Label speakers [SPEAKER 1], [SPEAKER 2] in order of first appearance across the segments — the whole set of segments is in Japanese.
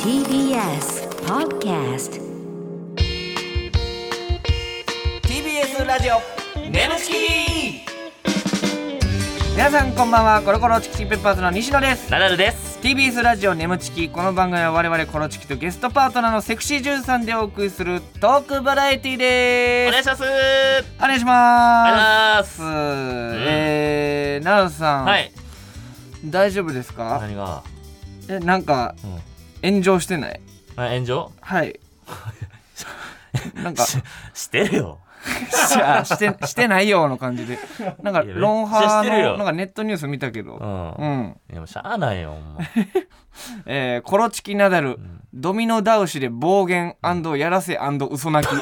[SPEAKER 1] TBS Podcast
[SPEAKER 2] TBS ラジオネムチキ皆さんこんばんはコロコロチキチキペッパーズの西野です
[SPEAKER 3] ナダルです。
[SPEAKER 2] TBS ラジオネムチキこの番組は我々コロチキとゲストパートナーのセクシージュンさんでお送りするトークバラエティ
[SPEAKER 3] お
[SPEAKER 2] で
[SPEAKER 3] 願い
[SPEAKER 2] す
[SPEAKER 3] します。あり
[SPEAKER 2] お願いしま
[SPEAKER 3] がとうございますす。
[SPEAKER 2] えー、奈良さん、
[SPEAKER 3] はい。
[SPEAKER 2] 大丈夫ですか
[SPEAKER 3] 何が、
[SPEAKER 2] えなんか
[SPEAKER 3] うん、
[SPEAKER 2] 炎上してない
[SPEAKER 3] あ炎上
[SPEAKER 2] はいなん か
[SPEAKER 3] ししてるよ。
[SPEAKER 2] しあしてしてないような感じでなんか
[SPEAKER 3] いやめっちゃ
[SPEAKER 2] ロンハ
[SPEAKER 3] してる
[SPEAKER 2] ーの
[SPEAKER 3] よ
[SPEAKER 2] なんかネットニュース見たけど
[SPEAKER 3] う、ん。
[SPEAKER 2] う
[SPEAKER 3] い
[SPEAKER 2] ん
[SPEAKER 3] やもうしゃあないよ、ほんま。
[SPEAKER 2] えーコロチキナダル、
[SPEAKER 3] ん
[SPEAKER 2] ドミノ倒しで暴言やらせ嘘 泣き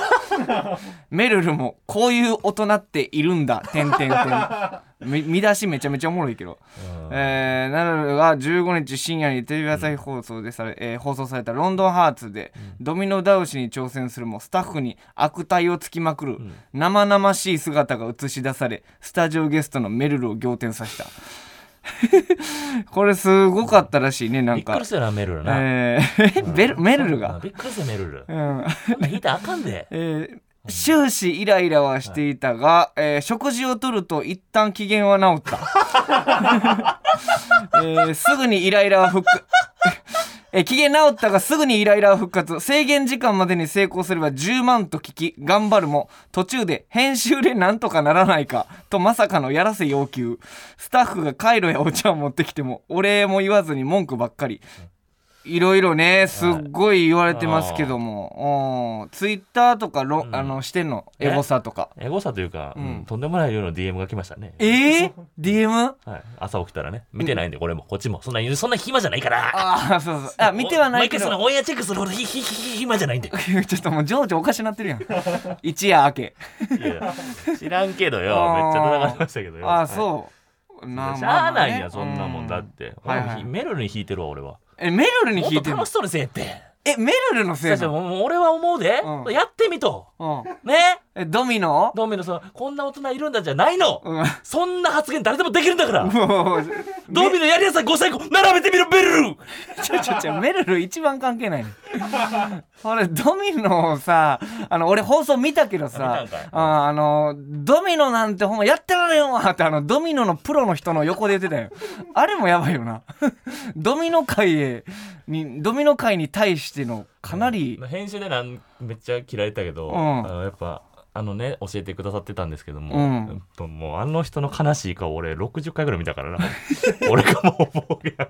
[SPEAKER 2] メルルもこういう大人っているんだてんてんてんみ見出しめちゃめちゃおもろいけど、
[SPEAKER 3] うん
[SPEAKER 2] えーナダルが15日深夜にテレビ朝日放送でされ、えー放送された「ロンドンハーツ」でドミノ倒しに挑戦するもスタッフに悪態をつきまくる生々しい姿が映し出されスタジオゲストのメルルを仰天させた これすごかったらしいねなん
[SPEAKER 3] びっ
[SPEAKER 2] か
[SPEAKER 3] くりするな、メルルな。
[SPEAKER 2] えーベルメルル
[SPEAKER 3] うん
[SPEAKER 2] が、
[SPEAKER 3] びっくりする、メルル
[SPEAKER 2] う。ん
[SPEAKER 3] こんなん引いたらあかんで。
[SPEAKER 2] えー終始イライラはしていたが、えー食事をとると一旦機嫌は治 った、えーすぐにイライラは復活 えー機嫌治ったがすぐにイライラは復活制限時間までに成功すれば10万と聞き頑張るも途中で編集でなんとかならないかとまさかのやらせ要求スタッフがカイロやお茶を持ってきてもお礼も言わずに文句ばっかりいろいろねすっごい言われてますけどもツイッターとかロ、
[SPEAKER 3] うん
[SPEAKER 2] あのしてんのエゴサとか
[SPEAKER 3] エゴサというか、
[SPEAKER 2] うん
[SPEAKER 3] うんとんでもない量の DM が来ましたね。
[SPEAKER 2] え ー、DM?
[SPEAKER 3] はい、朝起きたらね、見てないんで、これも、こっちも。そんな、そんな暇じゃないから。
[SPEAKER 2] ああ そうそうあ見てはないけ
[SPEAKER 3] お毎回そ
[SPEAKER 2] ど
[SPEAKER 3] のオンエアチェックするほどひ、ひ、ひ、ひ暇じゃないんで。
[SPEAKER 2] ちょっともう情緒おかしなってるや ん一夜明け
[SPEAKER 3] いや知らんけどよ
[SPEAKER 2] あー
[SPEAKER 3] めっちゃ戦いましたけどよ
[SPEAKER 2] あ
[SPEAKER 3] は
[SPEAKER 2] あ
[SPEAKER 3] い
[SPEAKER 2] そう
[SPEAKER 3] いや
[SPEAKER 2] な
[SPEAKER 3] しゃあないや、
[SPEAKER 2] ままね
[SPEAKER 3] そんなもんだって、
[SPEAKER 2] はいはい
[SPEAKER 3] 俺もひメルルに引いてるわ俺は
[SPEAKER 2] えメルルに
[SPEAKER 3] もっ
[SPEAKER 2] 引い
[SPEAKER 3] と
[SPEAKER 2] てんの
[SPEAKER 3] 楽しそうにせえって
[SPEAKER 2] えメルルのせい
[SPEAKER 3] 先
[SPEAKER 2] な
[SPEAKER 3] 生
[SPEAKER 2] の、
[SPEAKER 3] もうもう俺は思うで、
[SPEAKER 2] うん
[SPEAKER 3] やってみと
[SPEAKER 2] うん、
[SPEAKER 3] ね
[SPEAKER 2] えドミノ
[SPEAKER 3] ドンミのそのこんな大人いるんだじゃないの、
[SPEAKER 2] うん
[SPEAKER 3] そんな発言誰でもできるんだから、
[SPEAKER 2] もう
[SPEAKER 3] ドンミのやりやすさ5歳個並べてみろベルル
[SPEAKER 2] ちょちょちょメルル一番関係ないね それドミノをさあの俺放送見たけどさ
[SPEAKER 3] 見たんかい
[SPEAKER 2] ああのドミノなんてほんまやってられんわってあのドミノのプロの人の横で言ってたよあれもやばいよな ドミノ界へにドミノ界に対してのかなり
[SPEAKER 3] 編集でなんめっちゃ嫌られたけど、
[SPEAKER 2] うん
[SPEAKER 3] あのやっぱあのね教えてくださってたんですけども、
[SPEAKER 2] うん
[SPEAKER 3] えっともうあの人の悲しい顔俺60回ぐらい見たからな 俺がもう暴言いや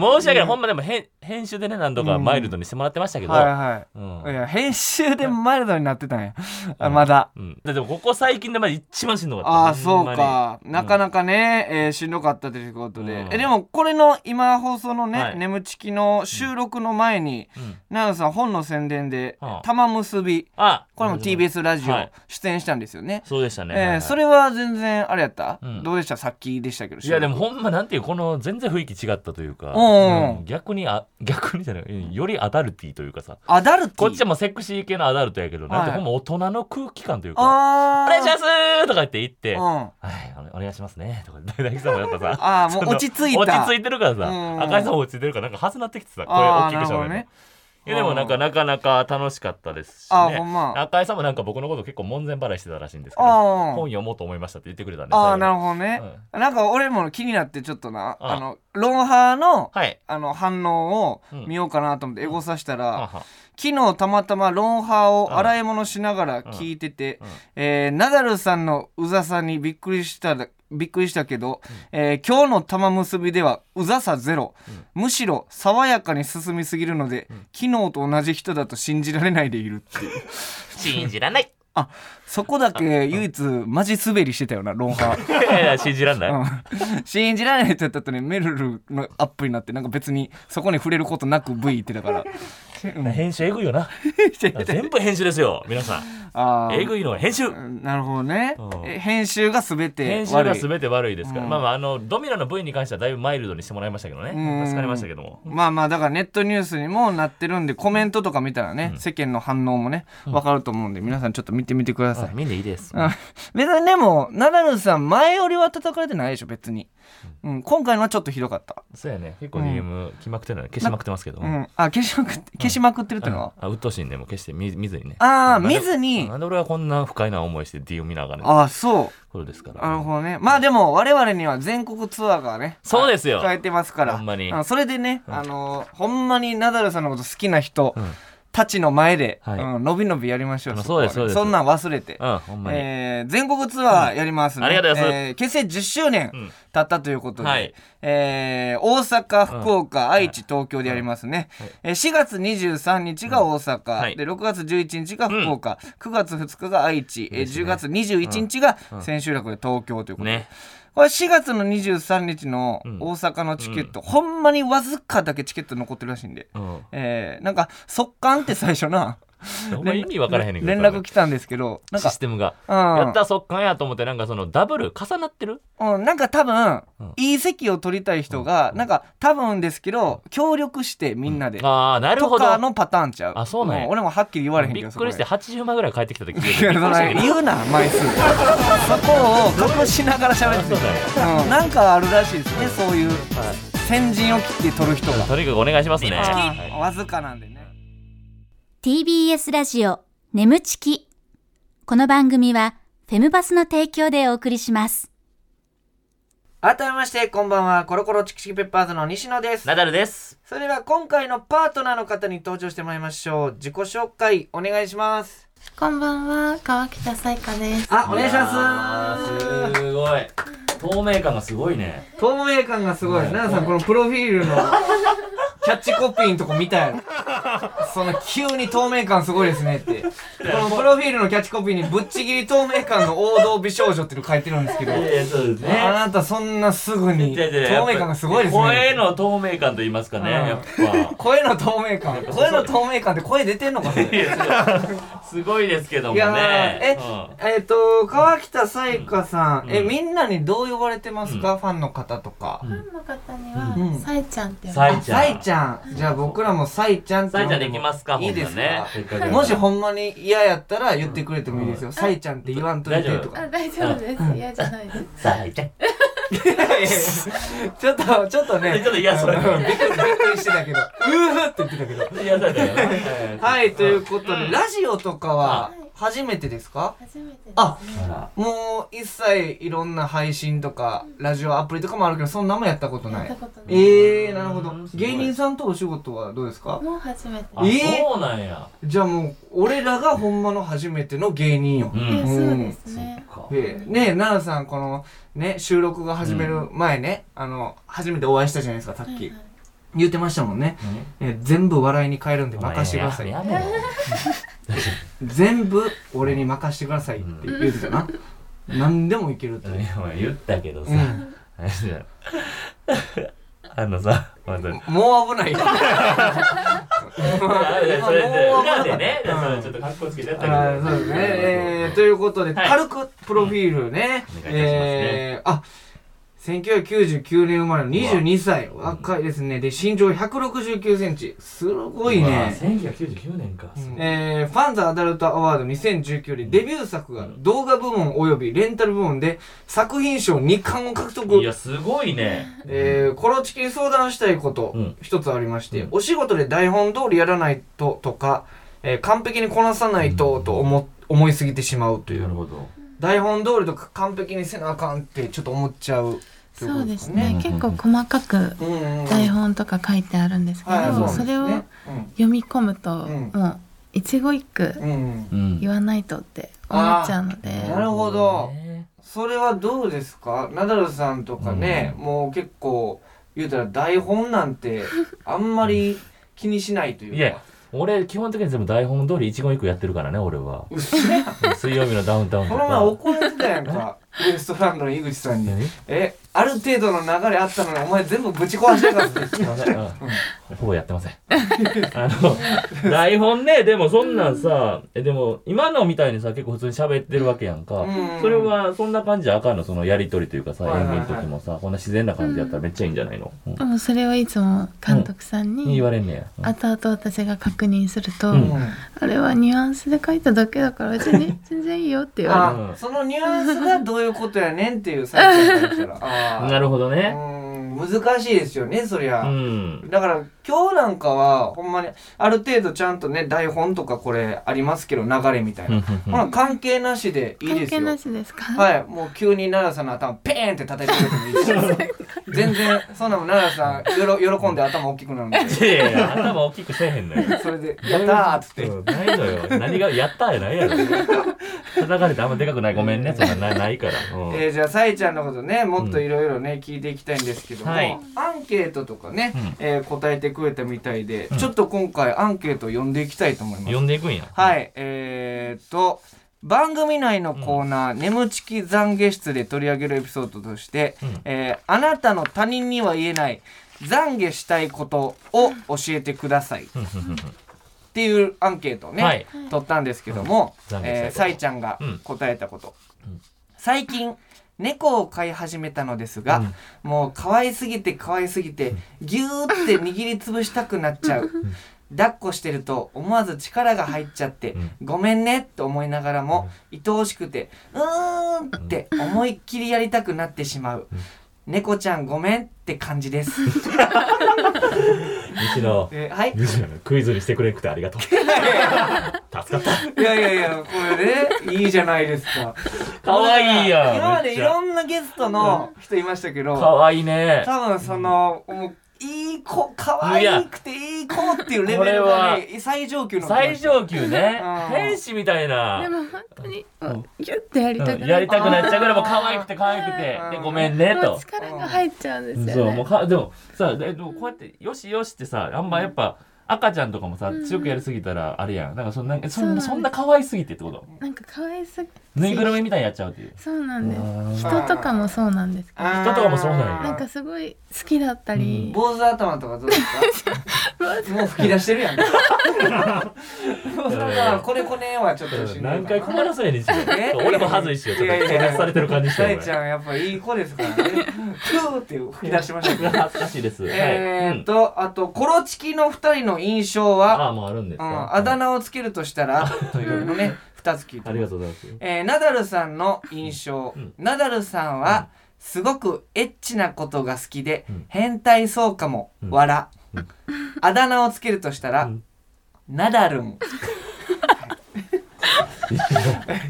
[SPEAKER 3] 申し訳ない、ほんまでも編編集でね何度かマイルドにしてもらってましたけど、うん
[SPEAKER 2] はいはいいや編集でマイルドになってたんやあまだ
[SPEAKER 3] うんででもここ最近でまで一番しんどかった
[SPEAKER 2] ああ
[SPEAKER 3] ほ
[SPEAKER 2] そ
[SPEAKER 3] ん
[SPEAKER 2] う
[SPEAKER 3] まに
[SPEAKER 2] か
[SPEAKER 3] ん
[SPEAKER 2] なかなかね、えーしんどかったということで、
[SPEAKER 3] うん
[SPEAKER 2] えでもこれの今放送のね「
[SPEAKER 3] はい
[SPEAKER 2] 眠ちき」の収録の前に
[SPEAKER 3] うん
[SPEAKER 2] 奈良、さん本の宣伝で
[SPEAKER 3] は
[SPEAKER 2] 「
[SPEAKER 3] あ
[SPEAKER 2] 玉結び
[SPEAKER 3] あ」
[SPEAKER 2] これも TBS ラジオ
[SPEAKER 3] はい
[SPEAKER 2] 出演したんですよね、
[SPEAKER 3] そうでしたね、
[SPEAKER 2] えー
[SPEAKER 3] はいはい
[SPEAKER 2] それは全然あれやった、
[SPEAKER 3] うん
[SPEAKER 2] どうでしたさっきでしたけど
[SPEAKER 3] いやでもほんまなんていうこの全然雰囲気違ったというか、
[SPEAKER 2] うん
[SPEAKER 3] うん逆にあ逆にじゃないうんよりアダルティーというかさ
[SPEAKER 2] アダルティ
[SPEAKER 3] こっちはもうセクシー系のアダルトやけ
[SPEAKER 2] は
[SPEAKER 3] ど、
[SPEAKER 2] い
[SPEAKER 3] なんてほんま大人の空気感というか、
[SPEAKER 2] あ
[SPEAKER 3] お
[SPEAKER 2] あ
[SPEAKER 3] 願いしますーとか言って言って、はい、
[SPEAKER 2] うん
[SPEAKER 3] おお願いしますねとか、大吉さんもやっぱ さ、
[SPEAKER 2] ああも
[SPEAKER 3] そうの
[SPEAKER 2] 落ち着いた
[SPEAKER 3] 落ち着いてるから
[SPEAKER 2] うん
[SPEAKER 3] さ、赤井さんも落ち着いてるから、なんかはずなってきてさ、声
[SPEAKER 2] ああ
[SPEAKER 3] 大き
[SPEAKER 2] な
[SPEAKER 3] く
[SPEAKER 2] る
[SPEAKER 3] し
[SPEAKER 2] ほど
[SPEAKER 3] ゃべる
[SPEAKER 2] ね。
[SPEAKER 3] いやでもなん
[SPEAKER 2] う
[SPEAKER 3] か
[SPEAKER 2] ん
[SPEAKER 3] なかなか楽しかったですし、ね、
[SPEAKER 2] あーほんま
[SPEAKER 3] 赤井さんもなんか僕のこと結構門前払いしてたらしいんですけど、
[SPEAKER 2] あー
[SPEAKER 3] 本読もうと思いましたって言ってくれたんで
[SPEAKER 2] ああ
[SPEAKER 3] 最後に
[SPEAKER 2] なるほどね、なんか俺も気になってちょっとなあ
[SPEAKER 3] あ
[SPEAKER 2] のロンハーの
[SPEAKER 3] はい。
[SPEAKER 2] あの反応を
[SPEAKER 3] うん
[SPEAKER 2] 見ようかなと思ってエゴサした
[SPEAKER 3] は
[SPEAKER 2] ら、
[SPEAKER 3] は
[SPEAKER 2] 昨日たまたまロンハーを洗い物しながら聞いてて、
[SPEAKER 3] うんうん
[SPEAKER 2] えーナダルさんのうざさにびっくりしたびっくりしたけど、えー今日の玉結びではうざさゼロ、むしろ爽やかに進みすぎるので、昨日と同じ人だと信じられないでいるっていう
[SPEAKER 3] 信じらんない。
[SPEAKER 2] あそこだけ唯一マジ滑りしてたよなロンハー。
[SPEAKER 3] いやいや信じらんない。
[SPEAKER 2] うん 信じられないって言ったとねメルルのアップになってなんか別にそこに触れることなく V 言ってたから
[SPEAKER 3] 編集えぐい よな。全部編集ですよ、皆さん。
[SPEAKER 2] あ
[SPEAKER 3] えぐいのは編集。
[SPEAKER 2] ーなるほどね
[SPEAKER 3] うん
[SPEAKER 2] え編集が全て
[SPEAKER 3] 編集
[SPEAKER 2] 悪
[SPEAKER 3] が
[SPEAKER 2] い
[SPEAKER 3] 全て悪いですから、
[SPEAKER 2] うん
[SPEAKER 3] まあまああのドミノの部位に関してはだいぶマイルドにしてもらいましたけどね
[SPEAKER 2] うん
[SPEAKER 3] 助かりましたけども
[SPEAKER 2] まあまあだからネットニュースにもなってるんでコメントとか見たらね、世間の反応もね分かると思うんで皆さんちょっと見てみてくださ
[SPEAKER 3] あ
[SPEAKER 2] い。
[SPEAKER 3] 見んでいいです。
[SPEAKER 2] うん別にでも、ナダルさん、前よりは叩かれてないでしょ、別に。うん、今回のはちょっとひどかった。
[SPEAKER 3] そうやね。結構 DM 来まくってるのね消しまくってますけど。
[SPEAKER 2] う
[SPEAKER 3] うん
[SPEAKER 2] ん。あ、消しまくって、消しまくってるってのは。
[SPEAKER 3] あ、鬱陶しいんで、もう消して見見ずにね。
[SPEAKER 2] ああ、
[SPEAKER 3] なんで
[SPEAKER 2] 見ずに
[SPEAKER 3] な。んで俺はこんな不快な思いして DM 見ながらね
[SPEAKER 2] ああ、そ
[SPEAKER 3] ことですか
[SPEAKER 2] う。
[SPEAKER 3] ら。
[SPEAKER 2] なるほどね。まあでも、我々には全国ツアーがね、
[SPEAKER 3] そうですよ。
[SPEAKER 2] 変えてますから。
[SPEAKER 3] ほんまに
[SPEAKER 2] あそれでね、あのー、ほんまにナダルさんのこと好きな人たちの前で、
[SPEAKER 3] はい
[SPEAKER 2] うん、のびのびやりましょう。
[SPEAKER 3] あ
[SPEAKER 2] こはね
[SPEAKER 3] そうですそうです
[SPEAKER 2] そんなん忘れて。
[SPEAKER 3] うん、ほんまに。
[SPEAKER 2] えー全国ツアーやりますね、
[SPEAKER 3] うんありがとうございます
[SPEAKER 2] えー結成10周年
[SPEAKER 3] うん
[SPEAKER 2] 経ったということで、
[SPEAKER 3] はい
[SPEAKER 2] えー大阪福岡、愛知東京でやりますね、えー4月23日が大阪、
[SPEAKER 3] はい
[SPEAKER 2] で6月11日が福岡、9月2日が愛知、えー
[SPEAKER 3] ですね
[SPEAKER 2] 10月21日が千秋楽で東京ということで、
[SPEAKER 3] ね。
[SPEAKER 2] これ4月の23日の
[SPEAKER 3] うん
[SPEAKER 2] 大阪のチケット、ほんまにわずかだけチケット残ってるらしいんで、
[SPEAKER 3] うん。
[SPEAKER 2] えーなんか速乾って最初な
[SPEAKER 3] ほんま意味分からへんねんけ
[SPEAKER 2] 連
[SPEAKER 3] ど。
[SPEAKER 2] 絡来たんですけどなん
[SPEAKER 3] シ
[SPEAKER 2] か
[SPEAKER 3] ステムが。
[SPEAKER 2] うん
[SPEAKER 3] やったら速乾やと思って、なんかそのダブル重なってる
[SPEAKER 2] うん、なんか多分、
[SPEAKER 3] うん
[SPEAKER 2] いい席を取りたい人が、なんか多分ですけど協力してみんなで、
[SPEAKER 3] ああ、なる
[SPEAKER 2] と
[SPEAKER 3] ほど。
[SPEAKER 2] かのパターンちゃう
[SPEAKER 3] あそうなんや
[SPEAKER 2] ん俺もはっきり言われへんけ
[SPEAKER 3] び
[SPEAKER 2] ど
[SPEAKER 3] っくりして
[SPEAKER 2] そこ
[SPEAKER 3] 80万ぐらい帰ってきた時びっくりし
[SPEAKER 2] でいやその
[SPEAKER 3] たけど
[SPEAKER 2] 言うな枚数そこを隠しながら喋って
[SPEAKER 3] そうだよ
[SPEAKER 2] た、うん、なんかあるらしいですねそういう
[SPEAKER 3] はい
[SPEAKER 2] 先陣を切って取る人が、
[SPEAKER 3] とにかくお願いしますね。
[SPEAKER 2] あ
[SPEAKER 3] はい
[SPEAKER 2] ーわずかなんでね
[SPEAKER 1] TBS ラジオ眠ちきこの番組はフェムバスの提供でお送りします
[SPEAKER 2] 改めましてこんばんはコロコロチキチキペッパーズの西野です
[SPEAKER 3] ナダルです。
[SPEAKER 2] それでは今回のパートナーの方に登場してもらいましょう自己紹介お願いします
[SPEAKER 4] こんばんは、川北彩花です。
[SPEAKER 2] あお願いし
[SPEAKER 3] いや
[SPEAKER 2] ま
[SPEAKER 3] ー
[SPEAKER 2] す
[SPEAKER 3] すごい。透明感がすごいね。
[SPEAKER 2] 透明感がすごい奈々さんこのプロフィールのキャッチコピーのとこ見たやろその急に透明感すごいですねってこのプロフィールのキャッチコピーに「ぶっちぎり透明感の王道美少女」っていうの書いてるんですけど
[SPEAKER 3] いやいやそうです
[SPEAKER 2] あ
[SPEAKER 3] ね。
[SPEAKER 2] なたそんなすぐに
[SPEAKER 3] いやいやいや
[SPEAKER 2] 透明感がすごいですね
[SPEAKER 3] 声の透明感と言いますかね、
[SPEAKER 2] うん
[SPEAKER 3] やっぱ。
[SPEAKER 2] 声の透明感声の透明感って声出てんのかそれ
[SPEAKER 3] いやすごいすごいですけども
[SPEAKER 2] い
[SPEAKER 3] ね。
[SPEAKER 2] やーえ、えっ、と川北彩花さん、
[SPEAKER 3] うん
[SPEAKER 2] え
[SPEAKER 3] うん
[SPEAKER 2] みんなにどう呼ばれてますか、ファンの方とか、
[SPEAKER 4] ファンの方に
[SPEAKER 2] うん
[SPEAKER 4] は、さえちゃんって呼ば
[SPEAKER 3] さ
[SPEAKER 4] れ
[SPEAKER 2] あ
[SPEAKER 3] えちゃん。
[SPEAKER 2] さいちゃんじゃあ僕らもさいちゃんって
[SPEAKER 3] さ
[SPEAKER 2] 呼
[SPEAKER 3] え
[SPEAKER 2] ん
[SPEAKER 3] ちゃん
[SPEAKER 2] で
[SPEAKER 3] で
[SPEAKER 2] も
[SPEAKER 3] きますか
[SPEAKER 2] いいです
[SPEAKER 3] ほんな
[SPEAKER 2] か
[SPEAKER 3] らねせっかくやか ら
[SPEAKER 2] もしほんまに嫌やったら言ってくれてもいいですよ
[SPEAKER 3] うん
[SPEAKER 2] さいちゃんって言わんといてと
[SPEAKER 4] あ、
[SPEAKER 2] か
[SPEAKER 4] 大丈夫です。嫌じゃないです。
[SPEAKER 3] さえちゃん。
[SPEAKER 2] いやいやちょっとちょっとね
[SPEAKER 3] ちょっと嫌そうやね
[SPEAKER 2] うんびっくりびっくりしてたけどう ーって言ってたけど
[SPEAKER 3] いやさえちゃんやな。
[SPEAKER 2] はいということで、ラジオとかは
[SPEAKER 4] はい
[SPEAKER 2] 初めてですか
[SPEAKER 4] 初めてです。
[SPEAKER 2] あ
[SPEAKER 3] あら
[SPEAKER 2] もう一切いろんな配信とかラジオアプリとかもあるけどそんなんもやったことな
[SPEAKER 4] や
[SPEAKER 2] い
[SPEAKER 4] ったことない。
[SPEAKER 2] えー、なるほど
[SPEAKER 3] うんすごい
[SPEAKER 2] 芸人さんとお仕事はどうですか
[SPEAKER 4] もう初めて。
[SPEAKER 3] あ、
[SPEAKER 2] え
[SPEAKER 3] そうなんや。
[SPEAKER 2] じゃあもう俺らがほんまの初めての芸人よ
[SPEAKER 3] う、
[SPEAKER 4] え
[SPEAKER 3] ん。
[SPEAKER 4] そうですね。
[SPEAKER 3] か
[SPEAKER 2] えーねえ奈々さんこのね収録が始める前ね、あの初めてお会いしたじゃないですかさっき、
[SPEAKER 4] はいはい
[SPEAKER 2] 言ってましたもんね、えー全部笑いに変えるんで任してください
[SPEAKER 3] やめろ。
[SPEAKER 2] 全部俺に任してくださいって言ってた な、何でもいけるって、
[SPEAKER 3] いやお前言ったけどさ
[SPEAKER 2] う。ん、
[SPEAKER 3] あれじゃ あのさ、まず。
[SPEAKER 2] もう危 ないよ
[SPEAKER 3] あれだよそれで
[SPEAKER 2] もう危なか
[SPEAKER 3] 裏
[SPEAKER 2] った
[SPEAKER 3] でね、
[SPEAKER 2] うん
[SPEAKER 3] それちょっと格好つけてやったけど。
[SPEAKER 2] あーそうですね。えー、ということで、
[SPEAKER 3] はい
[SPEAKER 2] 軽くプロフィールね。
[SPEAKER 3] うんお願いいたしますね
[SPEAKER 2] えー、あ1999年生まれの22歳。若いですね。で、身長169センチ。すごいう
[SPEAKER 3] わ
[SPEAKER 2] ね。
[SPEAKER 3] 1999年か。すごい
[SPEAKER 2] えー、ファンザアダルトアワード2019でデビュー作が動画部門及びレンタル部門で作品賞2冠を獲
[SPEAKER 3] いや、
[SPEAKER 2] 得。
[SPEAKER 3] すごいね。
[SPEAKER 2] えー、コロチキに相談したいこと
[SPEAKER 3] うん
[SPEAKER 2] 一つありまして、
[SPEAKER 3] うん
[SPEAKER 2] お仕事で台本通りやらないととか、えー完璧にこなさないとと思思いすぎてしまうという
[SPEAKER 3] なるほど。
[SPEAKER 2] 台本通りとか完璧にせなあかんってちょっと思っちゃうとい
[SPEAKER 4] そう
[SPEAKER 2] こと
[SPEAKER 4] ですね。結構細かく
[SPEAKER 2] うんうんうん
[SPEAKER 4] 台本とか書いてあるんですけ
[SPEAKER 2] はい
[SPEAKER 4] ど、
[SPEAKER 2] う
[SPEAKER 4] そ
[SPEAKER 2] です
[SPEAKER 4] れを
[SPEAKER 2] ね
[SPEAKER 4] 読み込むと、
[SPEAKER 2] うん
[SPEAKER 4] もう一語一句
[SPEAKER 2] うんうん
[SPEAKER 3] うん
[SPEAKER 4] 言わないとって思っちゃうので、
[SPEAKER 2] なるほどそれはどうですかナダルさんとかね、もう結構言うたら台本なん てあんまり気にしないというか
[SPEAKER 3] いや、俺、基本的に全部台本通り一言一句やってるからね、俺 は。
[SPEAKER 2] うっせえ
[SPEAKER 3] 水曜日のダウンタウンと
[SPEAKER 2] この前
[SPEAKER 3] か。
[SPEAKER 2] 怒られてたやん かウエストランドの井口さんに
[SPEAKER 3] 何
[SPEAKER 2] えある程度の流れあったのにお前全部ぶち壊してたんですよ
[SPEAKER 3] すいませんうんほぼやってません。あの、台本ね、でもそんなんさ、え、でも今のみたいにさ、結構普通に喋ってるわけやんか
[SPEAKER 2] うん。
[SPEAKER 3] それは、そんな感じじゃあかんの、そのやりとりというかさ、
[SPEAKER 2] はいはい
[SPEAKER 3] 演
[SPEAKER 2] はい
[SPEAKER 3] 技の時もさ、こんな自然な感じやったらめっちゃいいんじゃないのうん
[SPEAKER 4] でもそれはいつも監督さん
[SPEAKER 3] に
[SPEAKER 4] に
[SPEAKER 3] 言われんねや。うん
[SPEAKER 4] 後々私が確認すると、
[SPEAKER 3] うん
[SPEAKER 4] あれはニュアンスで書いただけだから別 に全然いいよって言わ
[SPEAKER 2] あそのニュアンスがどういうことやねんっていう最初からしたら あー
[SPEAKER 3] なるほどね。
[SPEAKER 2] うーん難しいですよねそり
[SPEAKER 3] う
[SPEAKER 2] ゃ、
[SPEAKER 3] ん。
[SPEAKER 2] だから今日なんかはほんまにある程度ちゃんとね台本とかこれありますけど流れみたいな、ほら関係なしで
[SPEAKER 4] れ
[SPEAKER 2] い
[SPEAKER 4] る
[SPEAKER 2] いで
[SPEAKER 4] 関
[SPEAKER 2] す
[SPEAKER 4] 係
[SPEAKER 2] よ
[SPEAKER 4] なしですか、
[SPEAKER 2] はい、もう急に奈良さんの頭ペーンって叩いてく れてもいいし全然そんなもん奈良さんよろ喜んで頭大きくなるんで
[SPEAKER 3] いやいやいや、頭大きくせえへんのよ。
[SPEAKER 2] それで「やったー!」っつって
[SPEAKER 3] うんないのよ。何が、やったーやないやろ。叩かれてあんまでかくない。ごめんね。そんな、ないから。うん
[SPEAKER 2] えー、じゃあさえちゃんのことねもっといろいろね、聞いていきたいんですけども、
[SPEAKER 3] はい
[SPEAKER 2] アンケートとかね、
[SPEAKER 3] うん
[SPEAKER 2] えー答えてくれたみたいで、
[SPEAKER 3] ん
[SPEAKER 2] ちょっと今回アンケートを読んでいきたいと思います。
[SPEAKER 3] 呼んでいくんや。
[SPEAKER 2] はいえー、っと番組内のコーナー「眠ちき懺悔室」で取り上げるエピソードとして、
[SPEAKER 3] うん
[SPEAKER 2] えーあなたの他人には言えない懺悔したいことを教えてください」っ
[SPEAKER 3] うんうんうんうん
[SPEAKER 2] ていうアンケートをね、
[SPEAKER 3] はい
[SPEAKER 2] 取ったんですけども、
[SPEAKER 3] うん懺悔したいこと
[SPEAKER 2] えーさいちゃんが
[SPEAKER 3] うん
[SPEAKER 2] 答えたこと、
[SPEAKER 3] うん
[SPEAKER 2] 最近猫を飼い始めたのですが、
[SPEAKER 3] うん
[SPEAKER 2] もう可愛すぎて可愛すぎてギューって握りつぶしたくなっちゃう抱っこしてると思わず力が入っちゃって
[SPEAKER 3] うん
[SPEAKER 2] ごめんねって思いながらも愛おしくてうーんって思いっきりやりたくなってしまう猫ちゃんごめんって感じです、
[SPEAKER 3] 西野、
[SPEAKER 2] えーはい
[SPEAKER 3] 西野クイズにしてくれなくてあり がとう。助かった。
[SPEAKER 2] いやいやいやこれねいいじゃないですか
[SPEAKER 3] 可愛いやん。
[SPEAKER 2] 今までいろ
[SPEAKER 3] ん
[SPEAKER 2] んなゲストの人いましたけど
[SPEAKER 3] 可愛いね。
[SPEAKER 2] 多分その、もういい子可愛くていい子っていうレベルがね最上級の
[SPEAKER 3] 最上級ね
[SPEAKER 2] うん。
[SPEAKER 3] 天使みたい
[SPEAKER 4] で
[SPEAKER 3] な。
[SPEAKER 4] も本当にうんギュッてやりたく
[SPEAKER 3] うん
[SPEAKER 4] な
[SPEAKER 3] や
[SPEAKER 4] る
[SPEAKER 3] りたくなっちゃうからもう可愛くて可愛く
[SPEAKER 2] うん
[SPEAKER 3] て。でごめんね
[SPEAKER 4] もう
[SPEAKER 3] と。
[SPEAKER 4] 力が入っちゃうんです
[SPEAKER 3] そ
[SPEAKER 4] よ
[SPEAKER 3] うもう
[SPEAKER 4] ね
[SPEAKER 3] かでもさででもこうやってよしよしってさあんまやっぱ赤ちゃんとかもさ強くやりすぎたらあれやんなんかそんなえそ
[SPEAKER 4] そうなん
[SPEAKER 3] ん
[SPEAKER 4] です
[SPEAKER 3] そんな可愛すぎてってこと
[SPEAKER 4] なんか可愛すぎ
[SPEAKER 3] ぬいぐるみみたいにやっちゃうっていう
[SPEAKER 4] そうなんです
[SPEAKER 3] 人
[SPEAKER 4] 人とかもそうなんですけど
[SPEAKER 2] 人
[SPEAKER 3] 人とかもそうなんや
[SPEAKER 4] なんかすごい好きだったり、
[SPEAKER 2] 坊主頭とかどうですかもう吹き出してる やん坊主頭これこねはちょっとしんどい
[SPEAKER 3] 何回
[SPEAKER 2] か
[SPEAKER 3] 困らせやねん西
[SPEAKER 2] え
[SPEAKER 3] 野俺も恥ずいしよちょっと
[SPEAKER 2] いやいやいや
[SPEAKER 3] こなされてる感じした
[SPEAKER 2] さ
[SPEAKER 3] よ
[SPEAKER 2] えちゃんやっぱいい子ですからねキューって吹き出してましたけ
[SPEAKER 3] 俺
[SPEAKER 2] ど
[SPEAKER 3] 恥ずかしいですはい
[SPEAKER 2] え
[SPEAKER 3] う
[SPEAKER 2] ーっ
[SPEAKER 3] ん
[SPEAKER 2] とあとコロチキの二人の印象は
[SPEAKER 3] ああもうあるんで
[SPEAKER 2] う
[SPEAKER 3] すか
[SPEAKER 2] んあだ名をつけるとしたらというのね二つ聞いて
[SPEAKER 3] ありがとうございます
[SPEAKER 2] えーナダルさんの印象、
[SPEAKER 3] うん
[SPEAKER 2] ナダルさんはすごくエッチなことが好きで、
[SPEAKER 3] うん
[SPEAKER 2] 変態そうかも、
[SPEAKER 3] うん
[SPEAKER 2] 笑、
[SPEAKER 3] うん
[SPEAKER 2] あだ名をつけるとしたら、
[SPEAKER 3] うん
[SPEAKER 2] ナダルン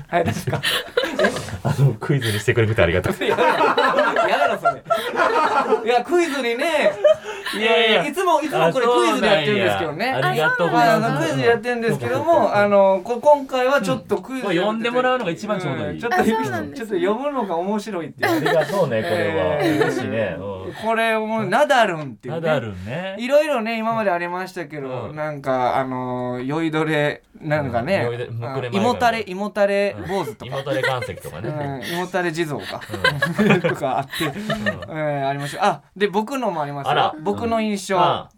[SPEAKER 2] はいですか
[SPEAKER 3] あのクイズにしてくれてありがとう
[SPEAKER 2] やだろそれいやクイズにね
[SPEAKER 3] いやいや
[SPEAKER 2] いつもいつもこれクイズでやってるんですけどね
[SPEAKER 3] あそうなんやありがとうござ
[SPEAKER 2] あ
[SPEAKER 3] いま
[SPEAKER 2] のク
[SPEAKER 3] す
[SPEAKER 2] イズでやってるんですけども、あのこ今回はちょっとクイズ
[SPEAKER 3] うんもう呼んでもらうのが一番ちょうどいい
[SPEAKER 2] んちょっと
[SPEAKER 4] あそうなんで
[SPEAKER 2] ち
[SPEAKER 4] す
[SPEAKER 2] ょっ
[SPEAKER 4] ね
[SPEAKER 2] と読むのが面白いってい
[SPEAKER 3] あ
[SPEAKER 2] う
[SPEAKER 3] りがとうねこれは
[SPEAKER 2] えー
[SPEAKER 3] 嬉しいねうん
[SPEAKER 2] これもうナダルンっていう、ね、
[SPEAKER 3] ナダルね
[SPEAKER 2] いろいろね今までありましたけど、
[SPEAKER 3] うん
[SPEAKER 2] なんかあの酔いどれなんかね
[SPEAKER 3] うん酔いどれむくれ前髪
[SPEAKER 2] 胃もたれ胃もたれ
[SPEAKER 3] うん
[SPEAKER 2] 坊主とか、
[SPEAKER 3] 妹で岩石とか
[SPEAKER 2] う
[SPEAKER 3] ね
[SPEAKER 2] ん、胃もたれ地蔵か、 とかあって、えーありましたあで僕のもあります
[SPEAKER 3] あら
[SPEAKER 2] よ僕の印象、
[SPEAKER 3] あ